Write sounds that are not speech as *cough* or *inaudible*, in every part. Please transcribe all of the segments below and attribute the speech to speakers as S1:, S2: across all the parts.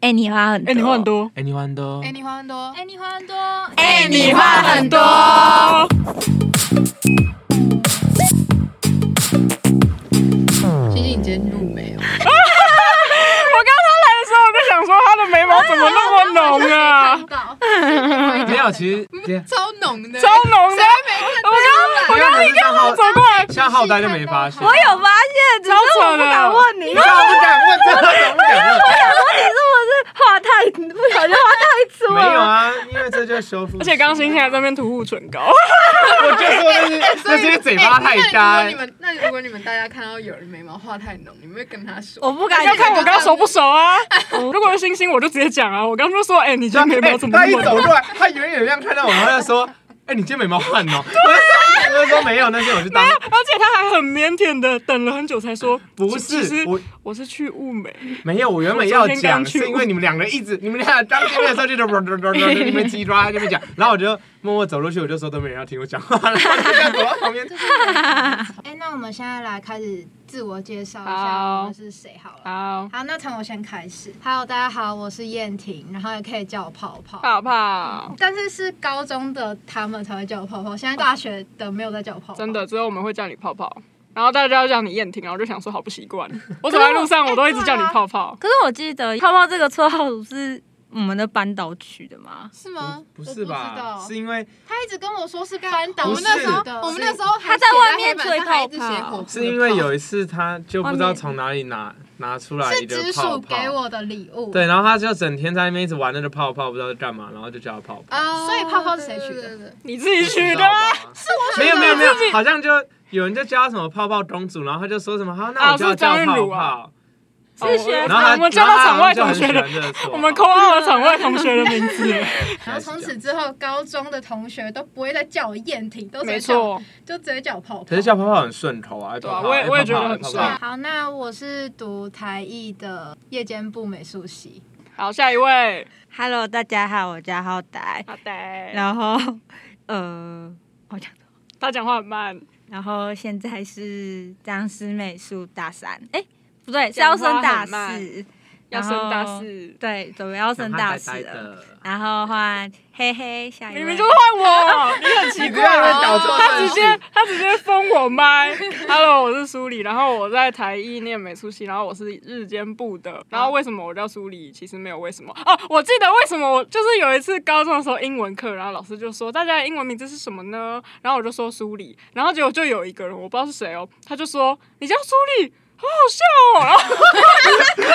S1: 哎、你花很多，
S2: 哎，你话很，多，
S3: 哎，你欢都
S4: 哎，你花很多，
S1: 哎、你花很多，
S2: 哎你话很多。
S3: 嗯
S4: 星星，你今天入没有？
S2: 我刚刚他来的时候，我就想说他的眉毛怎么那么浓 *laughs* 啊，
S4: 看到，
S3: 没 *laughs* 有，其实今天
S4: *laughs* 超浓的，
S2: 超浓的。
S4: 没看到。
S2: 我刚我刚刚你干嘛走过来？
S3: 像浩丹就没发现，
S1: 我有发现，只是
S2: 超
S1: 我
S2: 扯
S1: 不
S2: 的
S1: 敢问你，
S3: 你
S1: 因
S3: 干
S1: 为
S3: 嘛不敢问，真的不敢问，
S1: 你是不是话太不小心话太粗了？
S3: 没有啊，因为这就是修
S2: *laughs*
S3: 复，啊
S2: 而且刚星星还在那边涂护唇膏，
S3: 我就 *laughs* 说那是那是因为嘴巴太
S4: 哎那
S3: 干
S4: 如果你。们那如果你们大家看到有人眉毛画太浓，你们会跟他说？
S3: 哦
S1: 我不敢
S2: 要
S1: 讲，
S2: 看我刚熟不熟啊。如果是星星，我就直接讲啊。我刚就说，哎，你今天眉毛怎么
S3: 他
S2: 那
S3: 一
S2: 么
S3: 走
S2: 浓？啊
S3: 过来，他远远这样看到我，他就说：“哎，你今天眉毛换哦。”我就说我就说没有，那些我就
S2: *laughs*
S3: 当
S2: 而且他还很�腼腆的等了很久才说，
S3: 不
S2: 其
S3: 是
S2: 实
S3: 我
S2: 我是去雾眉。
S3: 没有，我原本要讲，是因为你们两个人一直，你们俩刚见面的时候 *laughs* 就咚咚咚咚，你们鸡抓在那边讲，然后我就默默走过去，我就说都没人要听我讲话了， *laughs* 然后就这样走到旁边。
S4: 哎，那我们现在来开始自我介绍一
S2: 好
S4: 下我们是谁好了。
S2: 好，
S4: 好，那从我先开始。Hello，大家好，我是燕婷，然后也可以叫我泡泡。
S2: 泡泡，
S4: 但是是高中的他们才会叫我泡泡，现在大学的没有在叫我泡泡。
S2: 真的，只有我们会叫你泡泡。然后大家要叫你燕婷，然后就想说好不习惯。我走在路上，我都一直叫你泡泡。
S1: 可是我记得泡泡这个绰号是我们的班导取的吗？
S4: 是吗？
S3: 不
S4: 我
S3: 是
S4: 知
S3: 吧
S4: 道？
S3: 是因为
S4: 他一直跟我说是班导，
S3: 不
S4: 我们那
S3: 是
S4: 时候
S3: 的，
S4: 我们那时候还
S1: 他在
S4: 写
S1: 外面
S4: 黑板
S1: 吹
S4: 上还一
S1: 泡
S4: 直写
S1: 泡
S4: 火锅
S3: 是因为有一次他就不知
S2: 哦
S3: 道从哪里拿拿出来
S4: 是
S3: 一个
S4: 直
S3: 泡
S4: 属给
S3: 泡，
S4: 我的礼物。
S3: 对，然后他就整天在那边一直玩那个泡泡，不知道在干嘛，然后就叫他泡泡。
S4: 啊，所以泡泡是谁取的？
S2: 你自己取
S3: 知
S2: 的
S3: 道
S2: 啊。
S3: 吧？没有没有没有，好像就有人就叫他什么泡泡公主，然后他就说什么好，那
S2: 啊
S3: 我就要
S2: 是
S3: 叫
S2: 张韵
S3: 泡
S2: 如啊
S3: 泡。
S1: 是学
S3: 然后他
S2: 我们叫到场外同学的
S3: 然后他好像就很喜欢这个绰号
S2: 我们扣二了场外同学的名
S3: *laughs*
S2: 字，
S4: 然后从此之后，高中的同学都不会再叫我燕婷，都直
S2: 没
S4: 接叫我，
S2: 错，
S4: 就直接叫我泡泡。
S3: 可是叫泡泡很顺口啊，
S2: 对啊
S3: 泡泡
S2: 我也
S3: 哎
S2: 我也
S3: 泡
S2: 觉得
S3: 泡
S2: 很
S3: 泡泡
S2: 顺
S4: 好，那我是读台艺的夜间部美术系，
S2: 好，下一位，
S1: Hello，大家好，我叫浩呆，
S2: 好的，
S1: 然后呃，我讲错，
S2: 他讲话很慢，
S1: 然后现在是张师美术大三，哎、不对，是要升大
S2: 讲话很
S1: 四，
S2: 要
S1: 然后
S2: 升大，四，
S1: 对，准备要升大四
S3: 然后他呆呆
S1: 了，
S3: 的
S1: 然后换嘿嘿，下一位
S2: 明明就是换我，你很奇怪
S3: 你
S2: 哦，
S3: 搞错
S2: 他
S3: 顺
S2: 直
S3: 序
S2: 接他直接封我麦。Hello，我是苏里，然后我在台艺念美术系，然后我是日间部的，然后为什么我叫苏里？其实没有为什么哦，我记得为什么我就是有一次高中的时候英文课，然后老师就说大家的英文名字是什么呢？然后我就说苏里，然后结果就有一个人我不知道是谁哦，他就说你叫苏里。好好笑哦，然后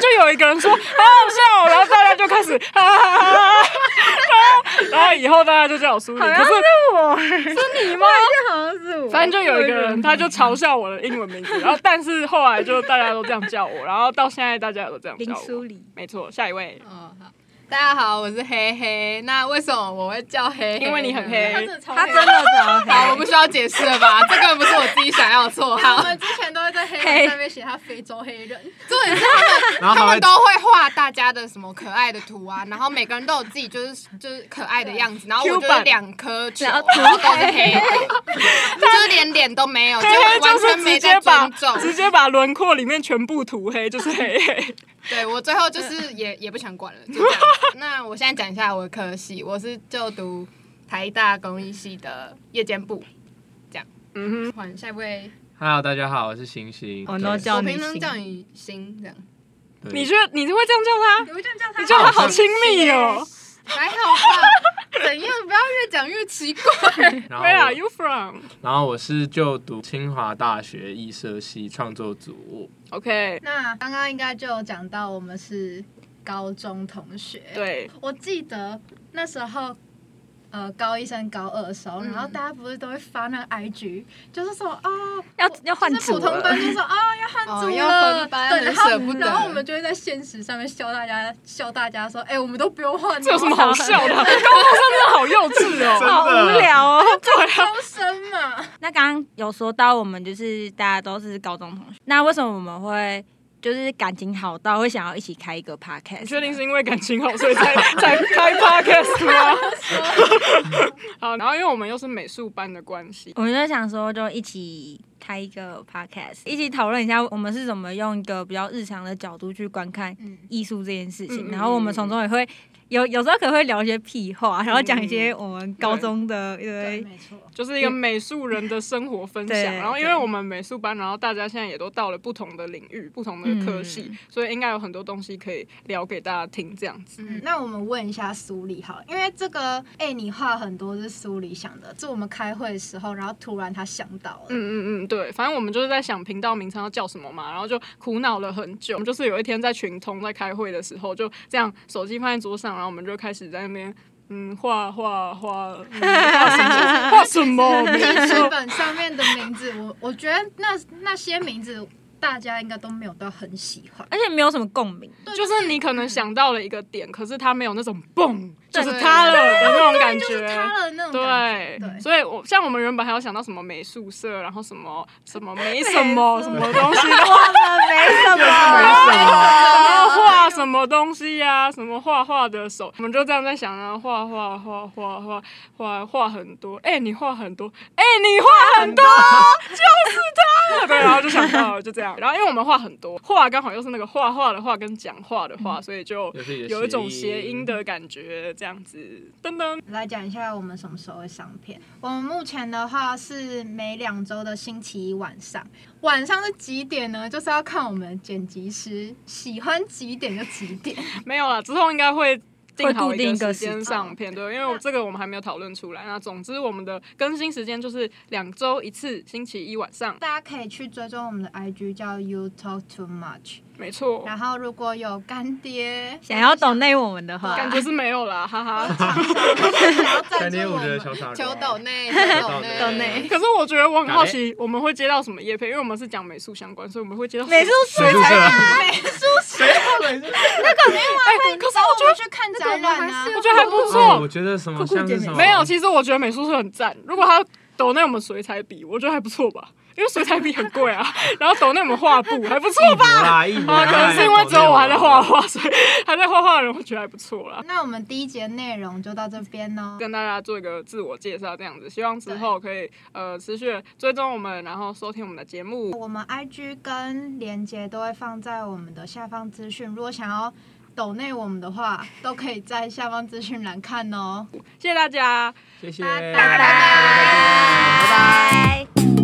S2: 就有一个人说好好笑哦，然后大家就开始哈哈哈哈哈哈，然后然后以后大家就叫我苏里，
S1: 好
S2: 可
S1: 像是
S2: 是
S1: 我，是你吗？好像是我，
S2: 反正就有一个人，他就嘲笑我的英文名字，然后但是后来就大家都这样叫我，然后到现在大家都这样
S1: 林
S2: 叫
S1: 书
S2: 我。
S1: 理。
S2: 没错，下一位，
S4: 哦，好，大家好，我是黑黑。那为什么我会叫黑
S2: 因为你很黑
S4: 他真的超
S1: 他
S4: 黑
S1: 真。的超
S5: 好，我
S1: 黑，
S5: 不需要解释了
S4: *laughs*
S5: 吧？这个不是我自己想要的绰
S4: 我
S5: 号，
S4: 们之前都会在黑板上面写他非洲黑人，
S5: 重点是他们，
S3: 然后
S5: 他
S3: 还会
S5: 们都会画大家的什么可爱的图
S4: *laughs*
S5: 啊，然后每个人都有自己就是就是可爱的样子，然后我
S2: Q
S5: 就是
S2: 版
S5: 两颗球，
S1: 然
S5: 然
S1: 后
S5: 后
S1: 涂
S5: 都是黑
S4: *laughs*
S5: 的，就是连脸都没有，就
S2: 黑黑
S5: 完
S2: 就
S5: 全
S2: 是
S5: 没
S2: 直
S5: 在
S2: 接把
S5: 尊重。
S2: 直接把轮廓里面全部涂黑，就是黑黑。
S5: 对我最后就是也也不想管了，就这样。那我现在讲一下我的科系，我是就读台大工艺系的夜间部。
S2: 嗯
S5: 换下一位，
S3: Hello，大家好，我是星星。
S1: 哦我都
S3: 对
S1: 叫
S5: 我
S1: 你
S5: 平常
S1: 星
S5: 叫你
S1: *laughs*
S5: 星这样，
S3: 对
S2: 哼，你觉得你会这样叫
S4: 你会这样叫他？
S2: 他？你叫他好亲密哦。
S5: 还好吧？怎样？不要越讲越
S1: *laughs*
S5: 奇怪。
S3: 然后
S2: Where are you from？
S3: 然后我是就读清华大学艺社系创作组。
S2: OK，
S4: 那刚刚应该就有讲到，我们是高中同学。，
S2: 对，
S4: 我记得那时候。呃，高一升高二的时候，
S5: 嗯
S4: 然后大家不是都会发那个 IG，就是说哦，
S1: 要要换
S4: 就是
S1: 组
S4: 普通
S1: 了，
S4: 班就说哦要换组
S5: 哦
S4: 了，
S5: 要分班
S4: 对，
S5: 很
S4: 然后
S5: 舍不得
S4: 然后我们就会在现实上面笑大家，笑大家说，哎、我们都不用换，
S2: 这有什么好
S1: *laughs*
S2: 笑的？高中生真的好幼稚
S3: 真
S2: 哦。啊
S1: 好无聊哦。 *laughs*
S4: 高升嘛，
S1: 那刚刚有说到，我们就是大家都是高中同学，那为什么我们会就是感情好到会想要一起开一个 podcast？
S2: 你确定是因为感情好，所以才才开 podcast 吗？
S1: *laughs*
S2: 好，然后因为我们又是美术班的关系，
S1: 我们就想说，就一起开一个 podcast，一起讨论一下我们是怎么用一个比较日常的角度去观看
S4: 嗯
S1: 艺术这件事情。
S2: 嗯嗯
S1: 然后我们从中也会有有时候可能会聊一些屁话，然后讲一
S2: 嗯
S1: 些我们高中的一
S4: 对，
S1: 堆
S4: 没错，
S2: 就是一个美术人的生活分享。
S1: 嗯对
S2: 然后，因为
S1: 对
S2: 我们美术班，然后大家现在也都到了不同的领域、不同的科系，
S1: 嗯
S2: 所以应该有很多东西可以聊给大家听。这样子，
S4: 嗯，那我们问一下苏里好了，因为这个哎、你画很多是苏里想的，是我们开会的时候，然后突然他想到了，
S2: 嗯嗯嗯，对，反正我们就是在想频道名称要叫什么嘛，然后就苦恼了很久。我们就是有一天在群通在开会的时候，就这样手机放在桌上，然后我们就开始在那边。嗯，画画画，嗯画什么？画什么？没
S4: 记事
S2: 错，
S4: 本上面的名字，我我觉得那那些名字大家应该都没有到很喜欢。
S1: 而且没有什么共鸣。
S2: 就是你可能想到了一个点，可是它没有那种蹦，就
S1: 对
S2: 是它了的那种 *laughs* 感觉，
S4: 就是他的那种
S2: 对
S4: 感觉，对，
S2: 所以我像我们原本还有想到什么美术社，然后什么什么没什么什么东西，然
S1: 我们没 *laughs* 什么，
S3: 没什么。
S2: 后画什么东西呀、什么画画的手，我们就这样在想啊，画画画画画画画很多，哎、你画很多，哎、你画很多，就是他，对，然后就想到了，就这样，然后因为我们画很多，画刚好又是那个画画的画跟讲话的话，所以就
S3: 又是一个
S2: 有一种
S3: 谐
S2: 谐
S3: 音
S2: 音的感觉，这样子，噔噔，
S4: 来讲一下我们什么时候会上片。我们目前的话是每两周的星期一晚上，晚上是几点呢？就是要看我们剪辑师喜欢几点就几点。 *laughs*
S2: 没有啦，之后应该会定好
S1: 会固定
S2: 一
S1: 一
S2: 个
S1: 个
S2: 时间
S1: 时
S2: 上片，对，啊因为我这个我们还没有讨论出来。那总之我们的更新时间就是两周一次，星期一晚上，
S4: 大家可以去追踪我们的 IG 叫 You Talk Too Much。
S2: 没错。
S4: 然后如果有干爹
S1: 想要懂内我们的话，
S2: 感觉是没有啦，哈 *laughs* 哈。
S4: 厂商想要
S3: 三
S4: 赞
S3: 点
S4: 助
S3: 五
S4: 我
S3: 的
S4: 们，
S3: 小傻瓜，
S5: 求抖内，求抖内，
S3: 抖内
S2: 可是我觉得我很好奇，我们会接到什么叶配？因为我们是讲美术相关，所以我们会接到
S1: 美术
S3: 谁
S1: 社
S3: 宿舍？谁美术社？
S2: 哎，可是
S4: 我
S2: 我觉
S4: 们
S2: 得
S4: 去看展览啊，
S2: 我觉得还不
S3: 哦我
S2: 错。
S3: 觉得什么
S1: 酷酷
S3: 像
S1: 姐
S3: 是
S1: 妹
S3: 什么
S2: 没有，其实我觉得美术是很赞。如果他抖内我们水彩笔，我觉得还不错吧，因为水彩笔很贵啊。然后抖内我们画布还不错吧？
S3: 吧，一模
S2: 啊，
S3: 啦
S2: 可能是因为只有我还在画。画， *laughs* 所以还在画画的人，我觉得还不错啦。
S4: 那我们第一节内容就到这边哦。
S2: 跟大家做一个自我介绍，这样子，希望之后可以呃持续追踪我们，然后收听我们的节目。
S4: 我们 IG 跟连接都会放在我们的下方资讯，如果想要抖内我们的话，都可以在下方资讯栏看哦。
S2: 谢谢大家。
S3: 谢谢，
S4: 拜拜
S3: 拜拜。
S1: 拜拜。